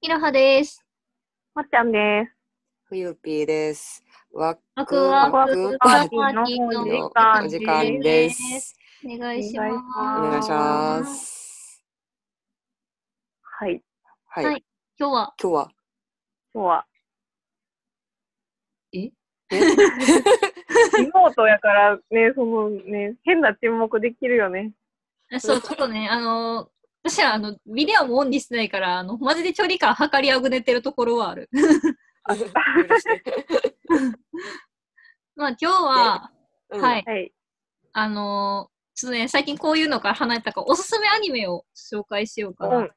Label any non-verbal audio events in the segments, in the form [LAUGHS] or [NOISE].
いろはです。まっちゃんです。ふゆぴーです。ワワククワワククパパーーテティーのィーのおお時時間間でですす。お願いします。お願いします。はい。はい。はい今日は、今日は、今日は、えリモートやからね、そのね、変な沈黙できるよね。そう、ちょっとね、あのー私はあのビデオもオンにしてないから、あのマジで距離感測りあぐねてるところはある。許して [LAUGHS] まあ今日は、うんはい、はい。あのーちょっとね、最近こういうのから離れたから、おすすめアニメを紹介しようかな。うん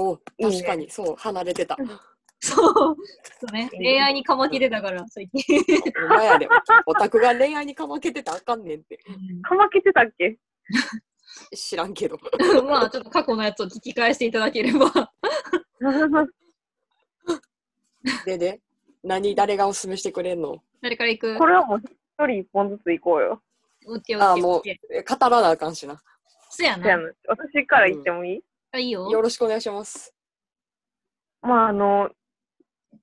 お、いね確かに、そう、離れてた。そう、ちょっとね、恋愛にかまきれたから、最近。 [LAUGHS] お前やで、オタクが恋愛にかまけてたらあかんねんって。かまけてたっけ [LAUGHS] 知らんけど。まあちょっと過去のやつを聞き返していただければ。でで、何、誰がおすすめしてくれんの誰から行くこれはもう一人一本ずつ行こうよ。オッケーオッああ、ケーもオうッケー。、え語らなあかんしな。そうやじゃあな。、私から行ってもいい、あ、いいよ。よろしくお願いします。まあ、あの、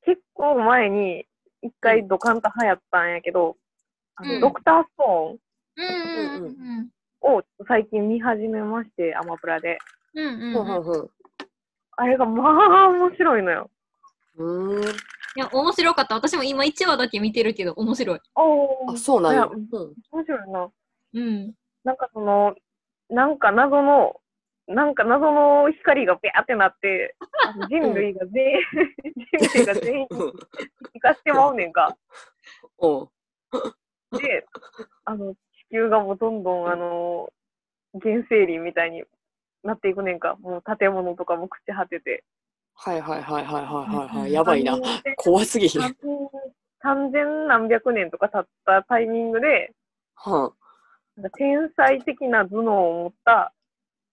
結構前に、一回ドカンと流行ったんやけど、あのうんドクターストうんうんうんーンを最近見始めまして、アマプラで。うん。うんほううんほうん。うほうあれがまあ面白いのよ。うーん。いや、面白かった。私も今1話だけ見てるけど、面白い。おあ、ー、そうなんや。いやうん面白いな。うん。なんかその、なんか謎の、なんか謎の光がビャーってなって、あの人類が全 [LAUGHS] 員、人類が全員うん。生かしてまうねんか。おうで、あの、地球がもうどんどん、あの、原生林みたいになっていくねんか。もう建物とかも朽ち果てて。はいはいはいはいはいはい、うはんい。やばいなあの。怖すぎひん。三三千何百年とか経ったタイミングで、はん。なんか天才的な頭脳を持った、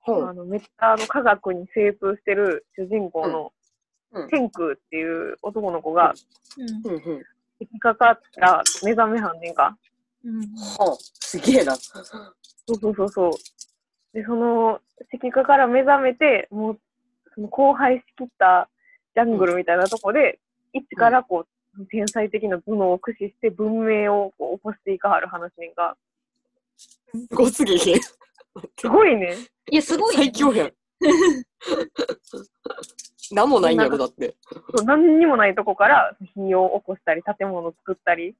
ほあん。のめっちゃあの科学に精通してる主人公の、うんうん天空っていう男の子がうんうんうん。引っかかった目覚め犯人か。うん。はん。すげえな。そうそうそうそう。で、その石化から目覚めて、もう、その荒廃しきったジャングルみたいなとこで、一からこう、天才的な頭脳を駆使して文明をこう起こしていかはる話ねんが、すごすぎひん。すごいね。いや、すごい、ね。最強やん。なんもないんやろ、だって。そう何にもないとこから火を起こしたり、建物作ったり、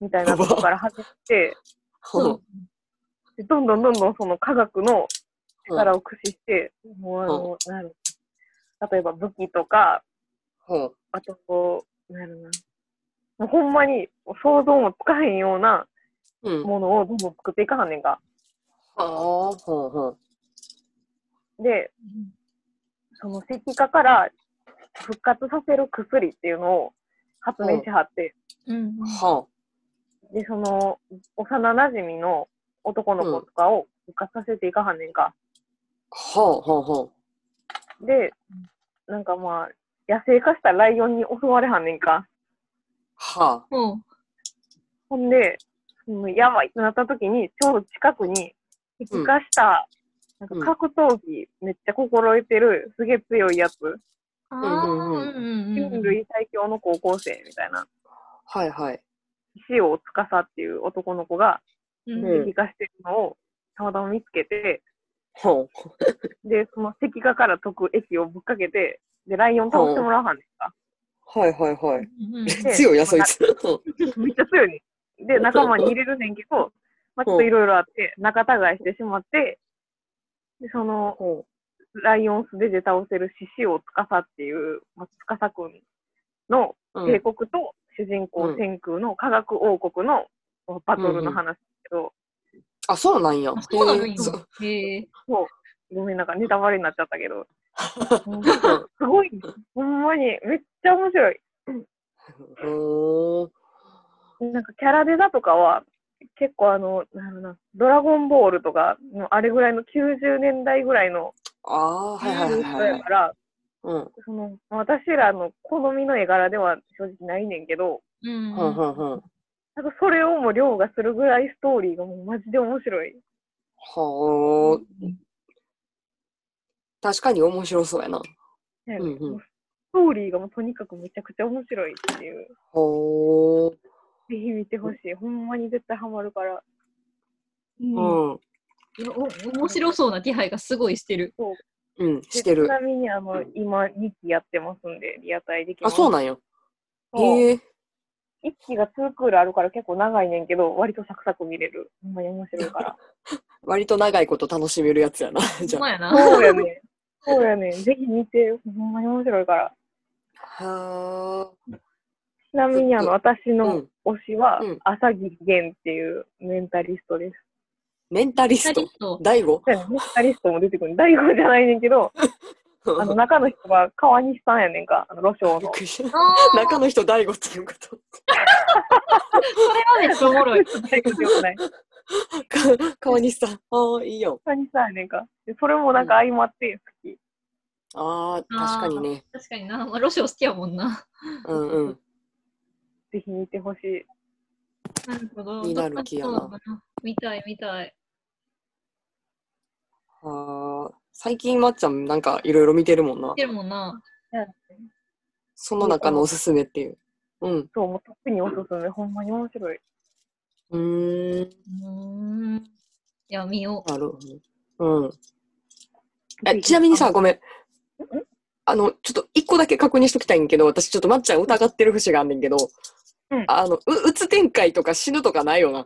みたいなとこから始めて、そはう。でどんどんどんどんその科学の力を駆使して、もうあの、なんやろ例えば武器とか、はあとこう、なんやろな。もうほんまに想像もつかへんようなうん。はものをどんどん作っていかはんねんか。あ、はんはん。で、その石化から復活させる薬っていうのを発明しはって、うん。はで、その幼馴染の男の子とかを復活させていかはんねんか。あ、はんはんはん。で、なんかまあ、野生化したライオンに襲われはんねんか。はもう、ほんで、そのやばいってなった時に、ちょうど近くに、石化した、んなんか格闘技、めっちゃ心得てる、すげえ強いやつ、あんーうんううんんうん人うん。類最強の高校生みたいな、あ。はいはい。石を司っていう男の子が、うんうん石化してるのを、たまたま見つけて、はん。で、その石化から溶く液をぶっかけて、で、ライオン倒してもらわはんねんか。はいはいはい。うんで強いや、そいつ。めっちゃ強いねん。で、仲間に入れるねんけど、まあ、ちょっといろいろあって、仲違いしてしまって、で、その、ほライオン素手で倒せる獅子王司っていう、まあ、司くんのうう帝ん。国と主人う公ん天空の科学王国のまあバトルの話だけど、あ、そうなんやあ、。そうなのへよえそう。。へえ。ごめんなんかネタバレになっちゃったけ [LAUGHS] ど、うんすごい、ほんまにめっちゃ面白い。ほーなんかキャラデザとかは、結構あの、なんだろな、ドラゴンボールとかのあれぐらいの90年代ぐらいのああ、はいはいはいはいはやいか。ら、うん。その私らの好みの絵柄では正直ないねんけど、うん。ほんほんほん。なんかそれをもう凌駕するぐらいストーリーがもうマジで面白い。はあ、確かに面白そうやな。ねうんうんもうストーリーがもうとにかくめちゃくちゃ面白いっていう。ほー。ぜひ見てほしい。ほんまに絶対ハマるから。うんうん。お面白そうな気配がすごいしてる。うん、してるち。なみに、あの、今、2期やってますんで、リアタイできまあ、す。そうなんや。そうへえ。一期が2クールあるから結構長いねんけど、割とサクサク見れる。ほんまに面白い [LAUGHS] から。割と長いこと楽しめるやつやな。じほんゃあ。まやな。そうやねん。そうやねん。ぜひ見て。ほんまに面白いから。はちなみに、あの、私ー。うのん。推しはうん、朝木源っていうメンタリストです。メンタリス二人ト。と大悟メンタリストも出てくる。大悟じゃないねんけど、あの、中の人は川西さんやねんか。あの、ロショウ [LAUGHS] びっの。くりしたあー中の人大悟っていうこと。 [LAUGHS] それはめっちゃおもろい。 [LAUGHS] 大悟じゃないか川西さん。ああ、いいよ。川西さんやねんか。でそれもなんか相まって好き。ああ、確かにね。確かにな。まあ、ロシオ好きやもんな。うんうん。ぜひ見てほしい。なるほど。気になる気やなそうな。見たい見たい。ああ、最近まっちゃんなんかいろいろ見てるもんな見。てるもんな。その中のおすすめっていう。うん。そう、もう特におすすめ。ほんまに面白い。うーん。うーん。いや、見よなるほど。うん。え、ちなみにさ、ごめん。あの、ちょっと一個だけ確認しときたいんけど、私ちょっとまっちゃん疑ってる節があんねんけど、うんあの、う、うつ展開とか死ぬとかないよ [LAUGHS] な。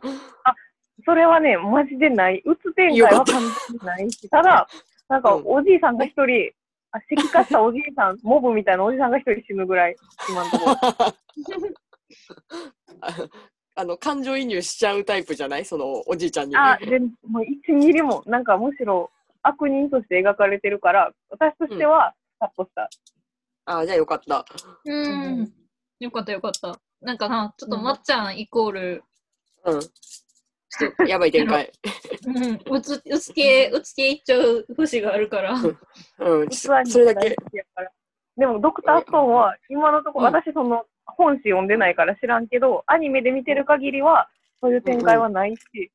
それはね、マジでない。うつ展開よかはった完全にないし、ただ、なんかうんおじいさんが一人、あ、石化したおじいさん、モブみたいなおじさんが一人死ぬぐらい、今のところ。ああの、感情移入しちゃうタイプじゃないその、おじいちゃんに。あ、で、もう1ミリも、なんかむしろ悪人として描かれてるから、私としては、カッとした。あーじゃあよかった。う。うん。よかったよかった。なんかな、ちょっとまっちゃんイコール、うん。やばい展 [LAUGHS] 開。うん、うつ、うつ系、うつ系いっちゃう節があるから。うん。器ちに大好それだけ。きやから。でも、ドクターストーンは、今のところ、うん私、その、本誌読んでないから知らんけど、アニメで見てる限りは、そういう展開はないし、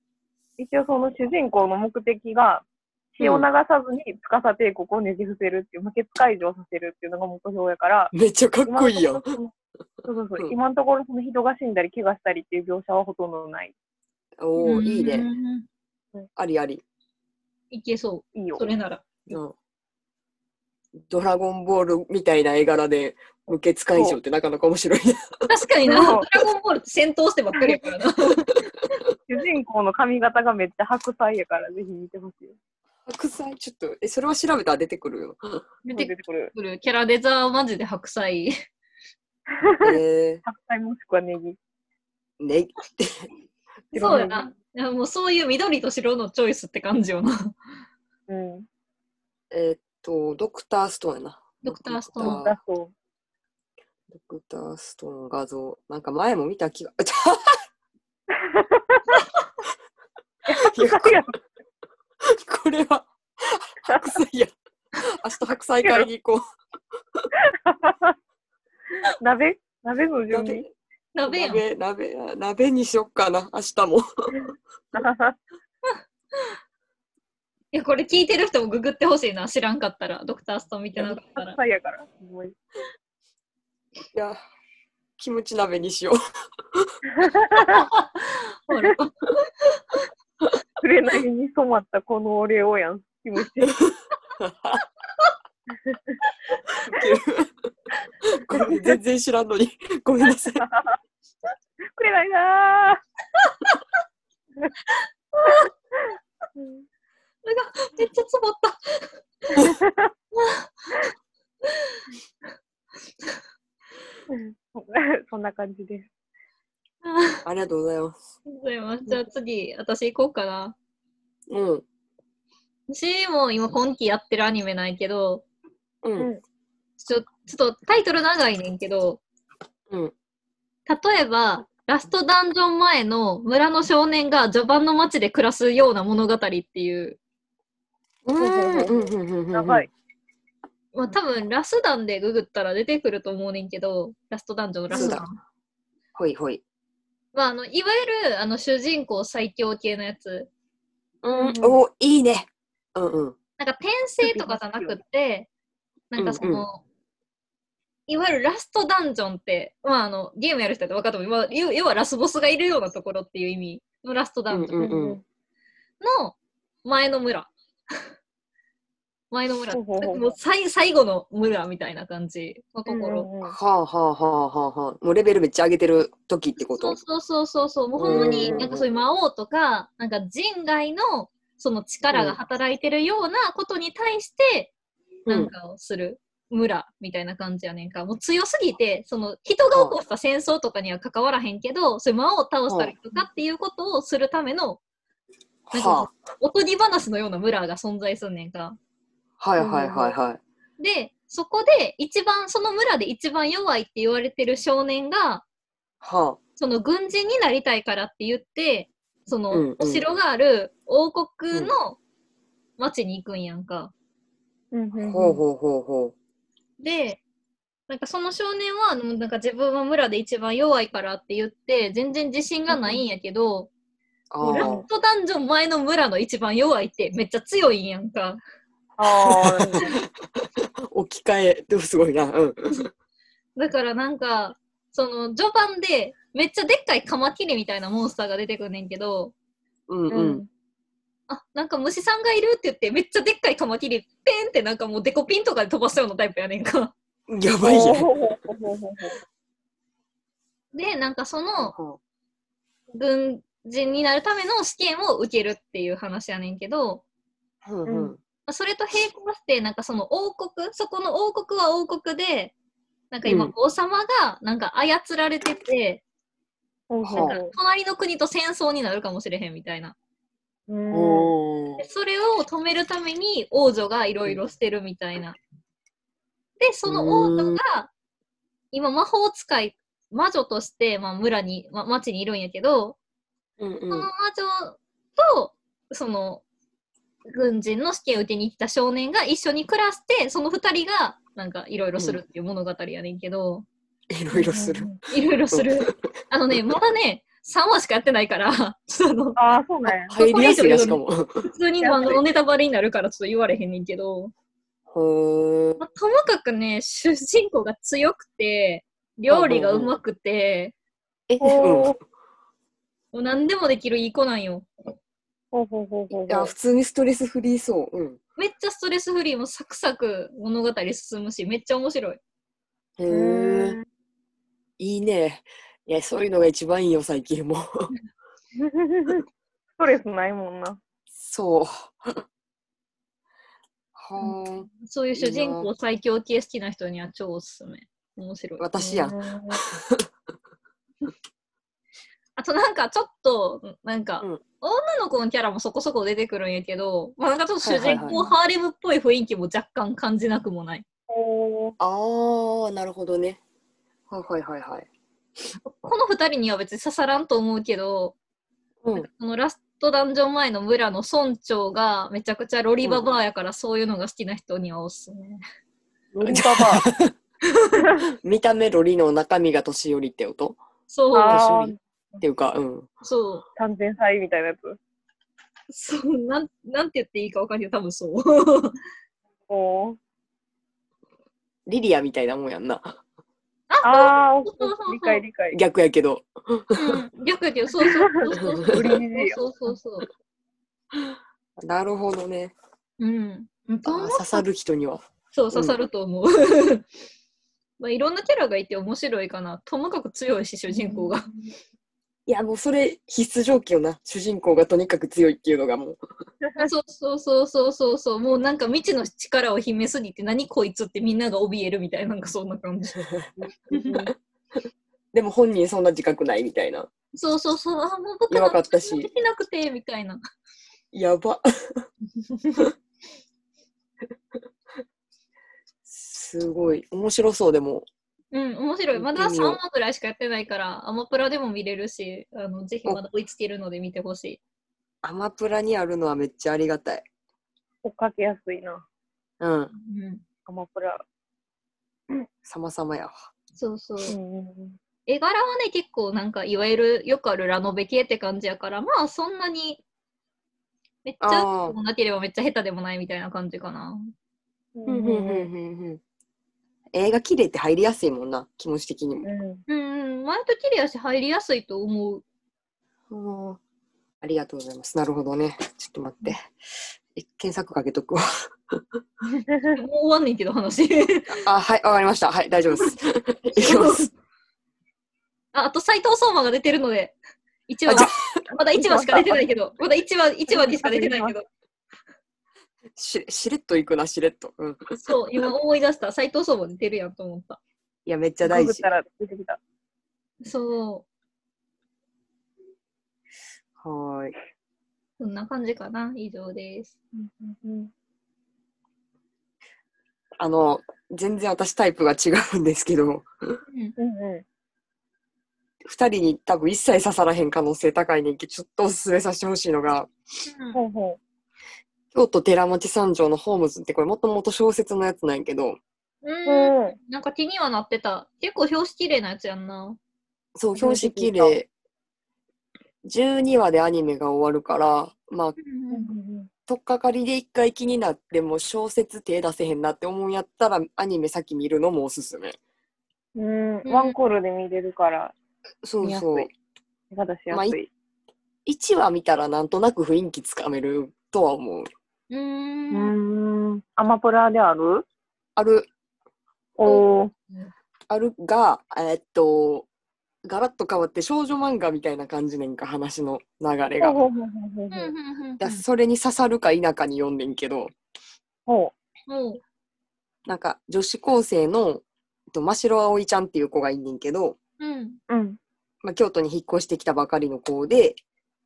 一応その主人公の目的が、血を流さずに、司帝国をねじ伏せるっていう、無血解除をさせるっていうのが目標やから、めっちゃかっこいいや今のところそのん。そうそうそう、うん今のところ、その人が死んだり、怪我したりっていう描写はほとんどない。おおいいうね。ん。ありあり。いけそ。いいうよそ。れなら。うん。ドラゴンボールみたいな絵柄で、無血解除ってなかなか面白いな。確かにな、そうドラゴンボールって戦闘してばっかりやから [LAUGHS] な。主人公の髪型がめっちゃ白菜やから、ぜひ見てほしい。白菜、ちょっと、え、それは調べたら出て [LAUGHS] くるよ。出出ててくる。くるキャラデザーマジで白菜。え白菜もしくはネギ。ー、ね、[LAUGHS] [LAUGHS] そうやな。いやもうそういう緑と白のチョイスって感じよな。うん。えーっと、ドクターストーンやな。ドクターストーンドクターだそう。ドクターストーンの画像。なんか前も見た気が。 [LAUGHS] いや白こ菜やこれは、白菜や。明日白菜買いに行こ鍋鍋のう。準備鍋、鍋やん。鍋、鍋、鍋にしよっかな、明日も。いや、これ聞いてる人もググってほしいな。知らんかったら。ドクターストーン見てなかったら [LAUGHS] 白。菜やから。もういや、キムチ鍋 [LAUGHS] にしよう。ほら。紅に染まったこの俺をやん。気持ちいい。これ全然知らんのに、ごめんなさい。紅だーめっちゃつぼった。そんな感じです。あーありがありがとうございます。とうございます。じゃあ次、私行こうかな。うん。私も今今期やってるアニメないけど、うん。ちょちょっとタイトル長いねんけど、うん。例えば、ラストダンジョン前の村の少年が序盤の街で暮らすような物語っていう、うん。長い。。まあ多分ラスダンでググったら出てくると思うねんけど、ラストダンジョンのラスダラン。ほいほい。まあ、あのいわゆるあの主人公最強系のやつ。うん。お、いいね。うんうん。なんか転生とかじゃなくって、なんかその、いわゆるラストダンジョンって、まあ、あのゲームやる人だと分かったと思う、まあ、要要はラスボスがいるようなところっていう意味のラストダンジョうンんうんの前の村前の村ほうほうほうもう最最後の村みたいな感じのところ、うんうんうんはあはあはあはあはあ。もうレベルめっちゃ上げてる時ってこそとうそうそうそうそうもうほんまにうんなんかそういう魔王とかなんか人外のその力が働いてるようなことに対してうなんん。かをする村みたいな感じやねんかもう強すぎてその人が起こした戦争とかには関わらへんけどそういう魔王を倒したりとかっていうことをするためのなんかはおとぎ話のような村が存在すんねんか。あ。はいはいはいはい。でそこで一番その村で一番弱いって言われてる少年がはその軍人になりたいからって言ってその、うんうんお城がある王国の町に行くんやんか。うんうんうあ。んほうほうほうほでなんかその少年はもうなんか自分は村で一番弱いからって言って全然自信がないんやけど、う。もうラあストダンジョン前の村の一番弱いってめっちゃ強いんやんか。ああ、あ。置き換え。でもすごいな。うん。だからなんか、その序盤でめっちゃでっかいカマキリみたいなモンスターが出てくんねんけど、うんううんん。あ、なんか虫さんがいるって言ってめっちゃでっかいカマキリペンってなんかもうデコピンとかで飛ばしたようなタイプやねんか。やばいやほうほん。うほうほうほうで、なんかその軍人になるための試験を受けるっていう話やねんけど、うんうん。まあそれと並行してなんかその王国、そこの王国は王国で、なんかう今ん王様がなんか操られてて、ほうはあなんか隣の国と戦争になるかもしれへんみたいな。うんおーでそれを止めるために王女がいろいろしてるみたいな。で、その王女が、今魔法使い、魔女として、まあ、村に、ま、町にいるんやけど、うんそのう魔ん。女と、その、軍人の試験を受けに来た少年が一緒に暮らして、その二人が、なんかいろいろするっていう物語やねんけど、いろいろする。。いろいろする。あのね、まだね、3話しかやってないから、ちょっとあの、ああ、そうなんや。入りやすいやしかも。普通に漫画のネタバレになるからちょっと言われへんねんけど、ほー。まあ、ともかくね、主人公が強くて、料理がうまくて、え、うん。ほうもう何でもできるいい子なんよ。ほうほうほうほういや、普通にストレスフリーそう。うん。めっちゃストレスフリーもサクサク物語進むし、めっちゃ面白い。へうーん。いいね。いや、そういうのが一番いいよ、最近も。ストレスないもんな。そう。はあ。そういう主人公最強系好きな人には超おすすめ。面白い。私やん。あとなんかちょっと、なんか、うん女の子のキャラもそこそこ出てくるんやけど、まあ、なんかちょっと主は人いはい公ハーレムっぽい雰囲気も若干感じなくもない。おーあー、なるほどね。はいはいはいはい。この二人には別に刺さらんと思うけど、うん。そのラストダンジョン前の村の村長がめちゃくちゃロリババアやからそういうのが好きな人にはおすすめ。ロリババ [LAUGHS] 見た目ロリの中身が年寄りってことそあう、ー年寄りっていうか、うん。そう、ア3000歳みたいなやつ。そう、なんなんて言っていいか分かんないけど、多分そう。おーリリアみたいなもんやんな。ああそうそうそう、理解理解。逆やけど。うん、逆やけど、そうそうそう [LAUGHS] そうそう。ブリージーやそうそうそう。なるほどね。うん。あー刺さる人には。そう、刺さると思う。 [LAUGHS] まあ、いろんなキャラがいて面白いかな。ともかく強いし、主人公が。いや、もうそれ必須条件よな。主人公がとにかく強いっていうのがもう。そうそうそうそうそうそう。もうなんか未知の力を秘めすぎて、何こいつってみんなが怯えるみたいな、なんかそんな感じ。でも本人そんな自覚ないみたいな。そうそうそう。あ、もう僕弱かっ何たもしできなくて、みたいな。やば。すごい。面白そう、でも。うん、面白い。まだ見てみよう3話ぐらいしかやってないから、アマプラでも見れるし、あのぜひまだ追いつけるので見てほしい。アマプラにあるのはめっちゃありがたい。追っかけやすいな。うん。うん。アマプラ。様々やわ。そうそう。うんうんうん絵柄はね、結構なんか、いわゆるよくあるラノベ系って感じやから、まあそんなに、めっちゃうまくもなければめっちゃ下手でもないみたいな感じかな。うんうんうんんうん。映画綺麗って入りやすいもんな、気持ち的にも。ううんうん、割と綺麗やし入りやすいと思う。あーありがとうございます。なるほどね。ちょっと待って。え検索かけとくわ。もう終わんねんけど話。あ、はい、わかりました。はい、大丈夫です。 [LAUGHS] いきます。 [LAUGHS] ああと斎藤相馬が出てるので、1話あじゃ、まだ1話しか出てないけど、まだ1話、一話にしか出てないけど、ししれっといくな、しれっと。うん。そう、今思い出した。斎藤相馬出てるやんと思った。いや、めっちゃん。大ググっ事。たら出てきた。そう。はーい。そんな感じかな。以上です。あの、全然私タイプが違うんですけど、うん、うんう二人に多分一切刺さらへん可能性高いねんけど、ちょっとおすすめさせてほしいのが、ん。ほうほ京都寺町三条のホームズってこれもともと小説のやつなんやけど、う。うん、うん。なんか気にはなってた。結構表紙綺麗なやつやんな。そう、初め表て聞紙い綺た麗。12話でアニメが終わるから、まあ、取っかかりで一回気になっても小説手出せへんなって思うんやったら、アニメ先見るのもおすすめ。うん、ワンコールで見れるから、そう見やすそうい。見方しやまあすい。 1話見たらなんとなく雰囲気つかめるとは思う。うー。うんーん。アマプラであるある、おー。あるが、えっと、ガラッと変わって少女漫画みたいな感じねんか、話の流れが。ほうほうほうほううんうんうんうんだそれに刺さるか否かに読んでんけど、ほもうなんか女子高生の、えっと、真城葵ちゃんっていう子がいんねんけど、うん。う。うん。まあ、京都に引っ越してきたばかりの子で、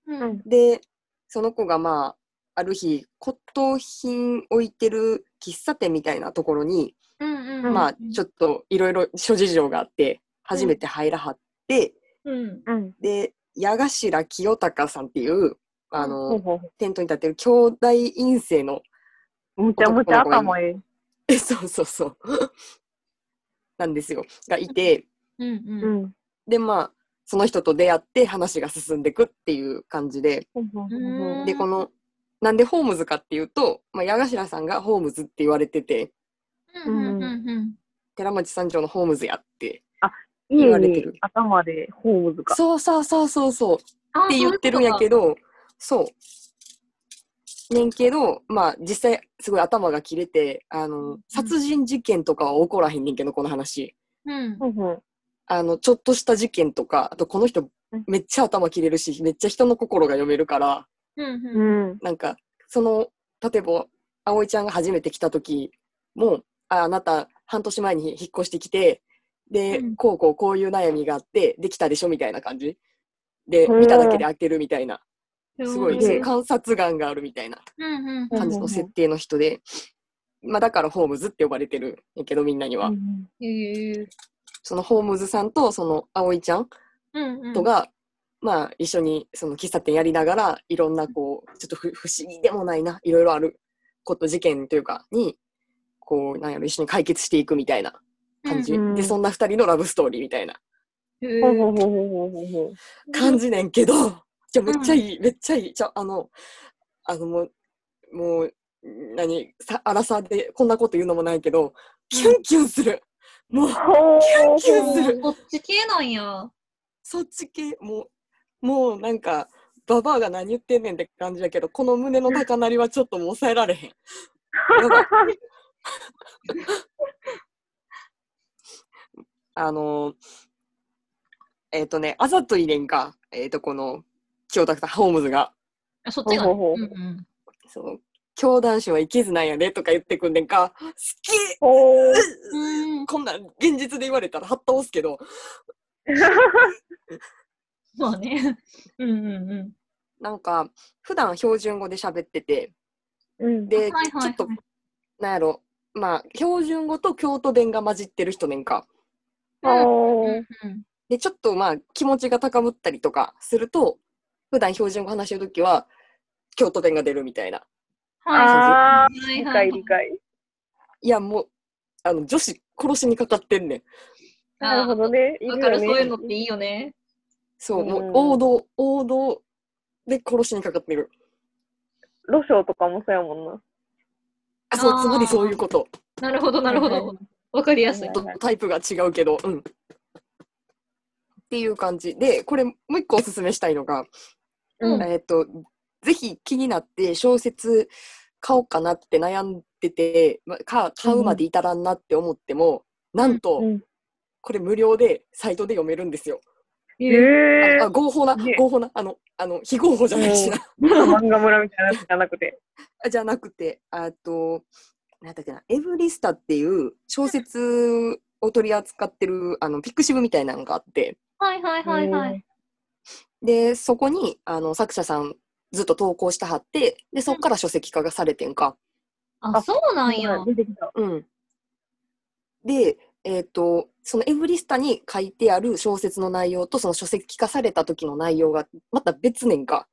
ううんん。で、その子がまあ、ある日、骨董品置いてる喫茶店みたいなところに、うん。まあ、ちょっと。っといろいろ諸事情があって、初めて入らはって、うん。うん。で、矢頭清隆さんっていう、あの、ほうほうほテントに立ってる兄弟院生の、 [LAUGHS] う。むちゃむちゃ男の子がいい頭ええ。えそうそうそう、なんですよ、がいて、うんううんん。で、まあ、その人と出会って話が進んでくっていう感じで、ほうほうほううほんうで、この、なんでホームズかっていうと、まあ、矢頭さんがホームズって言われてて、うんうんうん。寺町三条のホームズやって。言家われてにる頭でホームズか。そうそうそうそうそう。あって言ってるんやけど、そう。ねんけど、まあ実際すごい頭が切れて、あの、殺人事件とかは起こらへんねんけど、この話。ど。うん。ほうほう。あの、ちょっとした事件とか、あとこの人うんめっちゃ頭切れるし、めっちゃ人の心が読めるから、うんううん。ん。なんか、その、例えば、葵ちゃんが初めて来た時も、ああなた半年前に引っ越してきて、で、うんこうこうこういう悩みがあって、できたでしょみたいな感じ。で、うん見ただけで開けるみたいな。すごい、うん観察眼があるみたいなうんうん。感じの設定の人で、まあだからホームズって呼ばれてるんやけど、みんなには。うんへえそのホームズさんと、その葵ちゃんうんうん。とが、まあ一緒にその喫茶店やりながら、いろんなこう、ちょっとふ不思議でもないな、いろいろあること、事件というかに、こう、なんやろ、一緒に解決していくみたいな感じ。うんで、そんな二人のラブストーリーみたいなへほうーほうほうほうほうほう。感じねんけど、 [LAUGHS] じゃめっちゃいい、めっちゃいい。じゃあの、あのもう、もう、何、さ、アラサーでこんなこと言うのもないけど、キュンキュンする。もう、ほうキュンキュンする。こっち系なんや。そっち系、もう、もうなんか、ババアが何言ってんねんって感じだけど、この胸の高鳴りはちょっともう抑えられへん。やばいあのえっ、とね、あざといねんか、えっ、と、この、清田さん、ホームズが。あ、そっちがね。ほうほうほううんそう、教団師は一途なんやねとか言ってくんねんか、好きほう。うん。うん。こんなん現実で言われたらはっ倒すけど、まあね。うんうんうん。なんか、普段標準語で喋ってて、うんで、はいはいはいちょっと、なんやろ、まあ、標準語と京都弁が混じってる人ねんか。うほんう。うん。で、ちょっとまあ、気持ちが高ぶったりとかすると、普段標準語話してるときは、京都弁が出るみたいな。はああ、い。はい理は解い。理解。いや、もう、あの、女子殺しにかかってんねん。なるほどね。いわるかる、よそういうのっね。ていいよね。そう、もううん、王道、王道で殺しにかかってる。ロショーとかもそうやもんな。あ、そう、あーつまりそういうこと。なるほど、なるほど。わかりやすいは。ちょっとタイプが違うけど、うん。っていう感じで、これもう一個おすすめしたいのが、うんえっと、ぜひ気になって小説買おうかなって悩んでて、まか買うまで至らんなって思っても、なんと、うんこれ無料でサイトで読めるんですよ。えええああ合法なね合法なあのあの非合法じゃないしな、漫画村みたいなやつじゃなくて。あじゃなくてあとなんだっけなエブリスタっていう小説を取り扱ってるあのピクシブみたいなのがあってはいはいはいはい。でそこにあの作者さんずっと投稿してはってでそこから書籍化がされてんか。あ、そうなんや。出てきた。うん、でえっとそのエブリスタに書いてある小説の内容とその書籍化された時の内容がまた別ねんか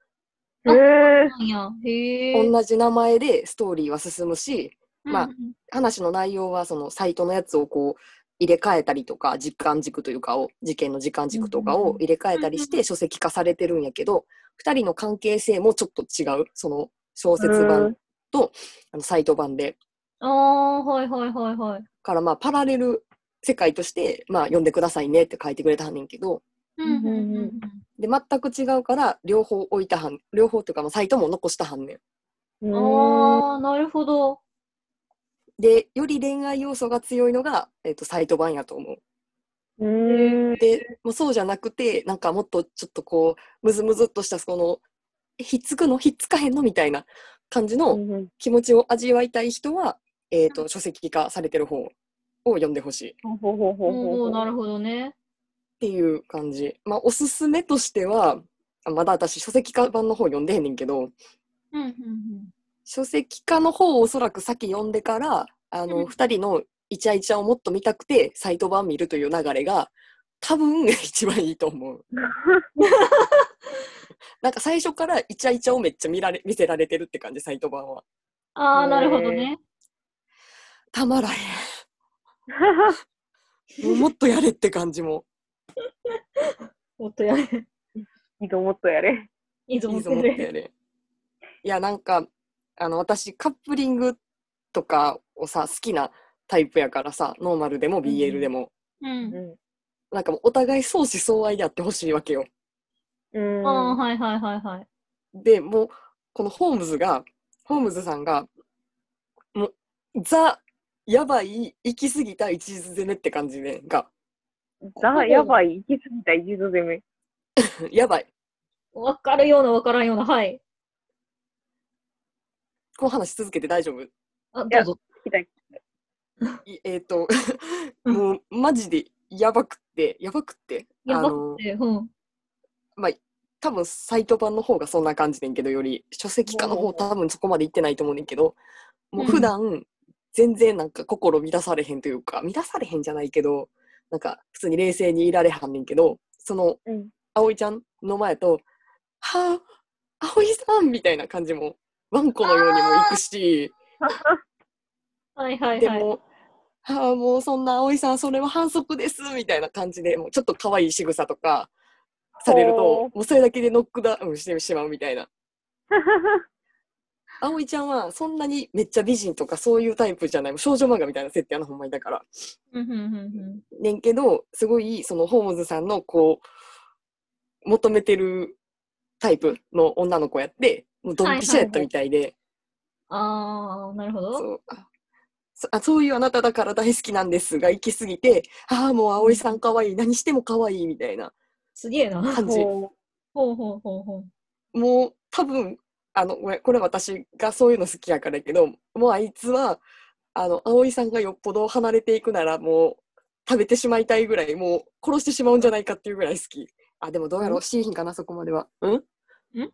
あえなんや。へえ。同じ名前でストーリーは進むしまあうんうん話の内容はそのサイトのやつをこう入れ替えたりとか時間軸というかを事件の時間軸とかを入れ替えたりうしんうて書籍化されてるんやけど2人の関係性もちょっと違うその小説う版んとあのサイト版であー、はいはいはいはい。からまあパラレル世界としてまあ読んでくださいねって書いてくれたはんねんけどうんうんうんうんううんん。で全く違うから両方置いたはん両方というかまあサイトも残したはんねん。えー。ああ、なるほど。でより恋愛要素が強いのが、えっとサイト版やと思う。うーん。でもうそうじゃなくてなんかもっとちょっとこうムズムズっとしたそのえひっつくのひっつかへんのみたいな感じのうん気持ちを味わいたい人は、えー、と書籍化されてる方を読んでほしいっほうほうほうほうおほおうなるほどね。ていう感じ、まあ、おすすめとしてはあまだ私書籍化版の方読んでへんねんけどうんうん書籍化の方をおそらく先読んでからあうんの2人のイチャイチャをもっと見たくてサイト版見るという流れが多分 [LAUGHS] 一番いいと思 [LAUGHS] う。なんか最初からイチャイチャをめっちゃ見られ見せられてるって感じサイト版は。うん。ああ、ねなるほどね。たまらへ [LAUGHS] ん。もうもっとやれって感じも。もっとやれ。 [LAUGHS] いいと思ったやれ。いいぞ、いもいっぞともやっとれ。やれ。いやなんかあの私カップリングとかをさ好きなタイプやからさノーマルでも BL でも、うん。なんかもうお互い相思相愛であってほしいわけよ。うん。ああー、はいはいはいはい。でもうこのホームズがホームズさんがもうザやばい行き過ぎた一途攻めって感じでが [LAUGHS] だ、やばい。行き過ぎた、一度攻め。やばいわかるような、わからんような。はい。この話続けて大丈夫あ、どうぞ。いえっ、とうんもうマジでやばくってやばくってやばあのくて、うん。多分サイト版の方がそんな感じねんけどより書籍化のほうほ方うほ多分そこまで行ってないと思うねんけどもううん普段全然なんか心乱されへんというか乱されへんじゃないけどなんか普通に冷静にいられはんねんけどその [LAUGHS] うん。葵ちゃんの前と「はあ葵さん!」みたいな感じもワンコのようにもいくしはいはいではい。も「はあもうそんな葵さんそれは反則です」みたいな感じでもうちょっと可愛い仕草とかされるほともうそれだけでノックダウンしてしまうみたいな。葵ちゃんはそんなにめっちゃ美人とかそういうタイプじゃないもう少女漫画みたいな設定やなほんまにだから。うんうんうんねんけどすごいそのホームズさんのこう求めてるタイプの女の子やってもうドンピシャやったみたいで、うん。ああ、なるほど。そうあそあそういうあなただから大好きなんですが行き過ぎてああもう葵さん可愛い何しても可愛いみたいなすげえな。感じほほうほうほうほう。もう多分あのごめんこれ私がそういうの好きやからやけどもうあいつはあの葵さんがよっぽど離れていくならもう食べてしまいたいぐらいもう殺してしまうんじゃないかっていうぐらい好きあでもどうやろうシーヒンかなそこまではうんんちょっ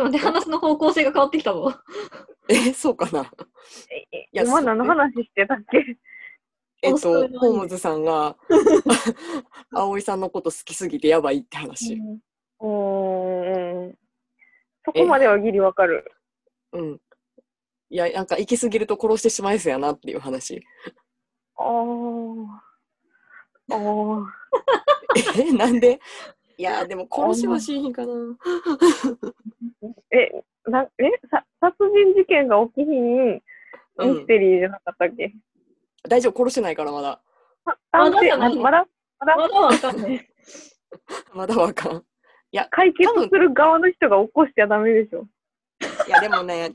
と待って、話の方向性が変わってきたぞ。えそうかなうええや今何の話してたっけえっあそういうのといいねホームズさん [LAUGHS] が葵さんのこと好きすぎてやばいって話うーん。そこまではギリわかる。うんいやなんか行き過ぎると殺してしまいそうやなっていう話ああ。ああ。えなんでいやでも殺しはシーヒンかなえ、なえさ殺人事件が起きひんミステリーじゃなかったっけ、大丈夫、殺してないからまだ。まだじゃまなだいまだまだまだわかんない。まだわかん。解決する側の人が起こしちゃダメでしょ。いや、でもね、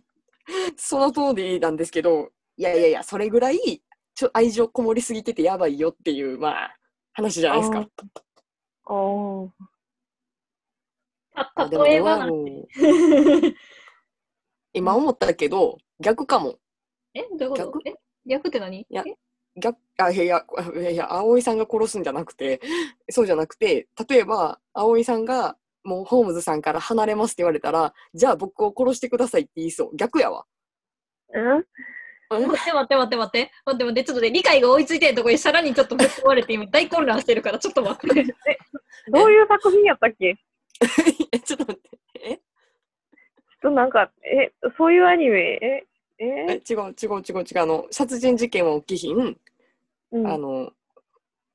その通りなんですけど、いやいやいや、それぐらい、ちょ愛情こもりすぎててやばいよっていう、まあ、話じゃないですか。あー [LAUGHS] たあでも例えば俺なはんもうて。今思ったけど、逆かも。えどういうこと逆え逆って何やえ逆あいやいやあいやいや葵さんが殺すんじゃなくてそうじゃなくて例えば葵さんがもうホームズさんから離れますって言われたらじゃあ僕を殺してくださいって言いそう逆やわ [LAUGHS] うん待って待って待って待って待って待ってちょっとね理解が追いついてるところにさらにちょっとぶっ壊れて今大混乱してるからちょっと待ってどういう作品やったっけちえちょっと待ってえょっとなんか、え、そういうアニメ、え、ええ、違う違う違う違うあの殺人事件は起きひん、うん、あの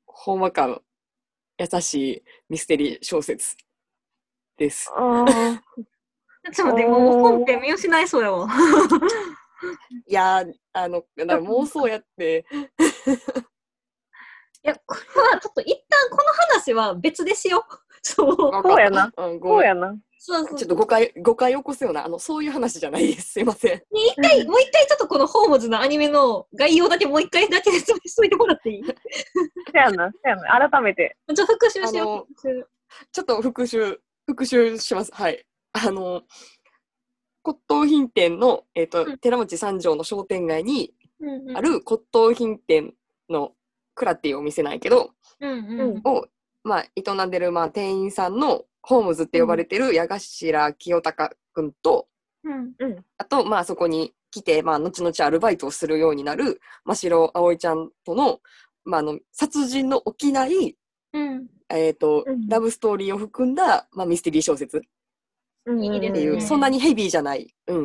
ほんわか優しいミステリー小説ですあーちょっと待ってもう本編見失いそうやわいやーあのだから妄想やっていやこれはちょっと一旦この話は別でしよう [LAUGHS] そうそうやな、 [LAUGHS] うん、ごそうめんやな。そうそうちょっと誤解誤解起こすようなあのそういう話じゃないですすいませんね一回、もう一回ちょっとこのホームズのアニメの概要だけもう一回だけ説明しといてもらっていいちょそうやな、そうやな。改めて。っと復習しよう。復習ちょっと復習、復習します。はい。あの、骨董品店の、えっ、と、うん寺町三条の商店街にうんうんある骨董品店の蔵っていうお店なんやけど、うんうんうんを、まあ、営んでる、まあ、店員さんのホームズって呼ばれてる矢頭清隆くんと、うんうん。あと、まあ、そこに来て、まあ、後々アルバイトをするようになる真城葵ちゃんとの、まあ、あの、殺人の起きない、うんえっ、と、うんラブストーリーを含んだ、まあ、ミステリー小説。うんいいですってねいう、そんなにヘビーじゃない、うん、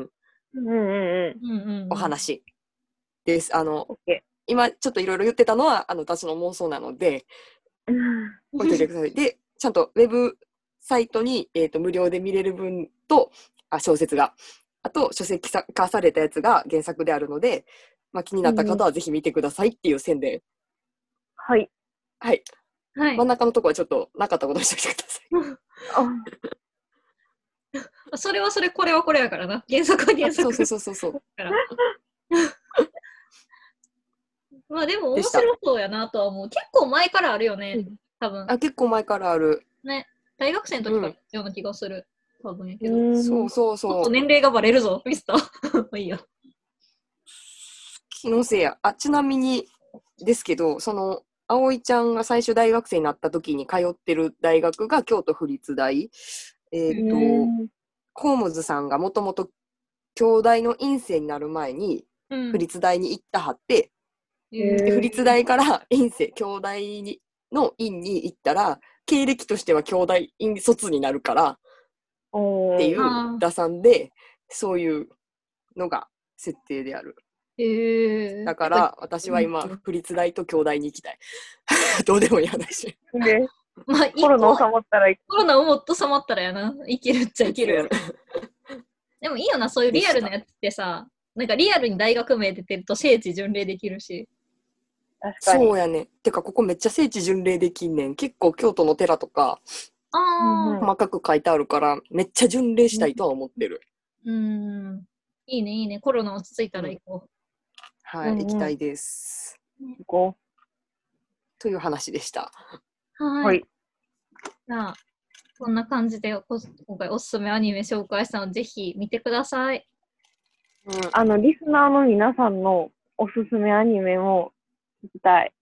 うんうんうん。うんうんお。話です。あのオッケ今ちょっといろいろ言ってたのはあの私の妄想なのでー。置いといてください。でちゃんとウェブサイトに、えー、と無料で見れる分とあ小説があと書籍化されたやつが原作であるので、まあ、気になった方はぜひ見てくださいっていう宣伝、はい。はい [LAUGHS] はい真ん。中のとこはちょっとなかったことにしておいてください。あそれはそれ、これはこれやからな。原作は原そ作うそうそうそうそうだから。 [LAUGHS] まあでも面でした白そうやなとは思う。結構前からあるよね、うん多分。あ結構前からある、大学生の時からような気がする。多分やけど。ちんそうそうょそっうと年齢がバレるぞ、ミスター。 [LAUGHS] まあいいや。気のせいやあちなみにですけどその葵ちゃんが最初大学生になった時に通ってる大学が京都府立大えっ、うと、うんホームズさんがもともと京大の院生になる前にうん府。立大に行ったはって、うんでへー府立大から院生京大にの院に行ったら経歴としては京大院卒になるからおーっていあーう打算でそういうのが設定である。へえ。だから私は今、うん府立大と京大に行きたい。 [LAUGHS] どうでもいい話。で、まあ、いいコロナ収まったら行コロナをもっと収まったらやな。いけるっちゃいけるやろ。 [LAUGHS] でもいいよな、そういうリアルなやつってさ、なんかリアルに大学名出てると聖地巡礼できるし。く。確かに。そうやね。てか、ここめっちゃ聖地巡礼できんねん。結構京都の寺とかああ、細かく書いてあるから、めっちゃ巡礼したいとは思ってる。うん、いいね、いいね。コロナ落ち着いたら行こはうい、んうん行きたいです。こという話でした。う。うはーい。はい。じゃあ、こんな感じでこ今回おすすめアニメ紹介したので、ぜひ見てください。うん、あの、リスナーの皆さんのおすすめアニメも聞きたい。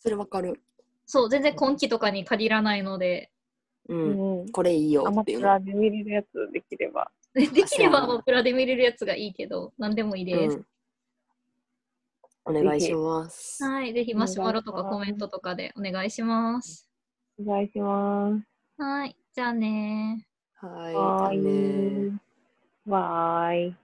それわかる。そう、全然今期とかに限らないので、う、うんん。これいいよアマっプていうラの。で見れるやつできれば。できればそうアマプラで見れるやつがいいけど、何でもいいです。うん、お願いします。はい、ぜひマシュマロとかコメントとかでお願いします。お願いします。はい、じゃあねー。はい、はだねーい。バイ。